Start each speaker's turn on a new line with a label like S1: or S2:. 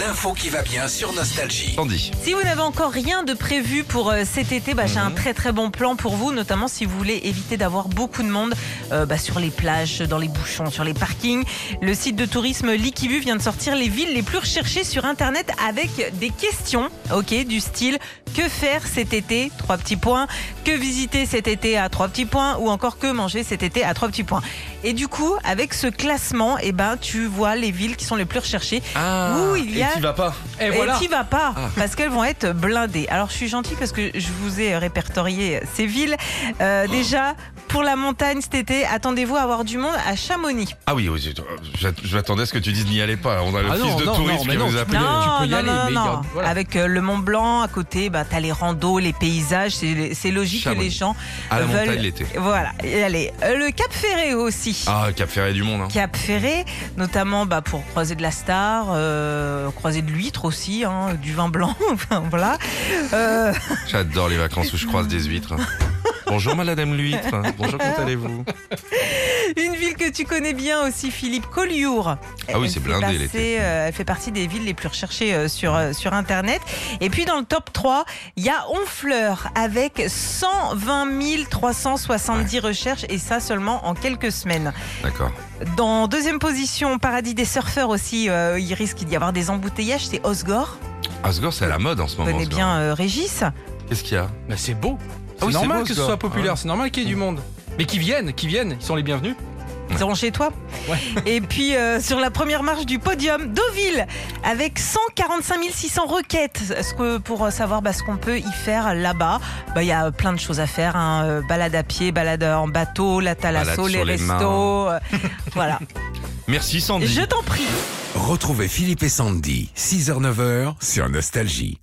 S1: L'info qui va bien sur Nostalgie.
S2: Sandy.
S3: Si vous n'avez encore rien de prévu pour euh, cet été, bah, j'ai un très très bon plan pour vous, notamment si vous voulez éviter d'avoir beaucoup de monde euh, bah, sur les plages, dans les bouchons, sur les parkings. Le site de tourisme Likibu vient de sortir les villes les plus recherchées sur Internet avec des questions, ok, du style que faire cet été, trois petits points, que visiter cet été à trois petits points, ou encore que manger cet été à trois petits points. Et du coup, avec ce classement, eh ben, tu vois les villes qui sont les plus recherchées.
S4: Ah.
S3: Où il y a
S2: Ah, Et t'y vas pas.
S3: et qui va pas Parce qu'elles vont être blindées. Alors je suis gentille parce que je vous ai euh, répertorié ces villes. Euh,
S4: Oh.
S3: déjà, pour la montagne cet été, attendez-vous à avoir du monde à Chamonix.
S2: Ah oui, oui, je- je m'attendais à ce que tu dises n'y allez pas. On a le
S4: Ah
S2: fils
S4: non,
S2: de
S4: non,
S2: touriste
S4: non,
S2: qui
S4: mais
S2: va
S4: non,
S2: nous
S4: tu
S2: appeler.
S4: peux y aller, Ah, tu peux y aller, mais il y a- voilà.
S3: Avec euh, le Mont Blanc à côté, bah, t'as les randos, les paysages, c'est c'est logique que les
S2: Chamonix.
S3: gens euh,
S2: À la
S3: veulent.
S2: montagne l'été.
S3: Voilà, et allez. euh, Le Cap Ferré aussi.
S2: Ah, Cap Ferré du monde. hein.
S3: Cap Ferré, notamment bah, pour croiser de la star, euh, croiser de l'huître aussi, hein, du vin blanc, enfin voilà. Euh,
S2: J'adore les vacances où je croise des huîtres. Bonjour Madame l'huître. Bonjour, comment allez-vous
S3: Une ville que tu connais bien aussi, Philippe Collioure.
S2: Ah oui,
S3: Elle
S2: c'est
S3: fait
S2: blindé,
S3: passer,
S2: l'été.
S3: euh, elle fait partie des villes les plus recherchées euh, sur, euh, sur Internet. Et puis dans le top 3, il y a Honfleur avec 120 370 recherches et ça seulement en quelques semaines.
S2: D'accord.
S3: Dans deuxième position, paradis des surfeurs aussi, euh, il risque d'y avoir des embouteillages, c'est Osgore.
S2: Asgore, c'est à la mode en Ah, ce
S3: Vous
S2: moment.
S3: connaissez
S2: Asgore.
S3: bien euh, Régis.
S2: Qu'est-ce qu'il y a
S4: Bah, c'est beau. C'est
S2: oui, c'est
S4: normal
S2: beau,
S4: que
S2: ce
S4: ce soit
S2: soir.
S4: populaire, c'est normal qu'il y ait du monde. Mais qu'ils viennent, qu'ils viennent, ils sont les bienvenus.
S3: Ils seront chez toi.
S4: Ouais.
S3: Et puis euh, sur la première marche du podium, Deauville, avec 145 600 requêtes. Ce que, pour savoir bah, ce qu'on peut y faire là-bas, bah, il y a plein de choses à faire. hein. Euh, Balade à pied, balade en bateau, la thalasso,
S2: Balade sur
S3: les
S2: les mains.
S3: restos. euh, voilà.
S2: Merci Sandy.
S3: Je t'en prie.
S1: Retrouvez Philippe et Sandy, 6h-9h sur Nostalgie.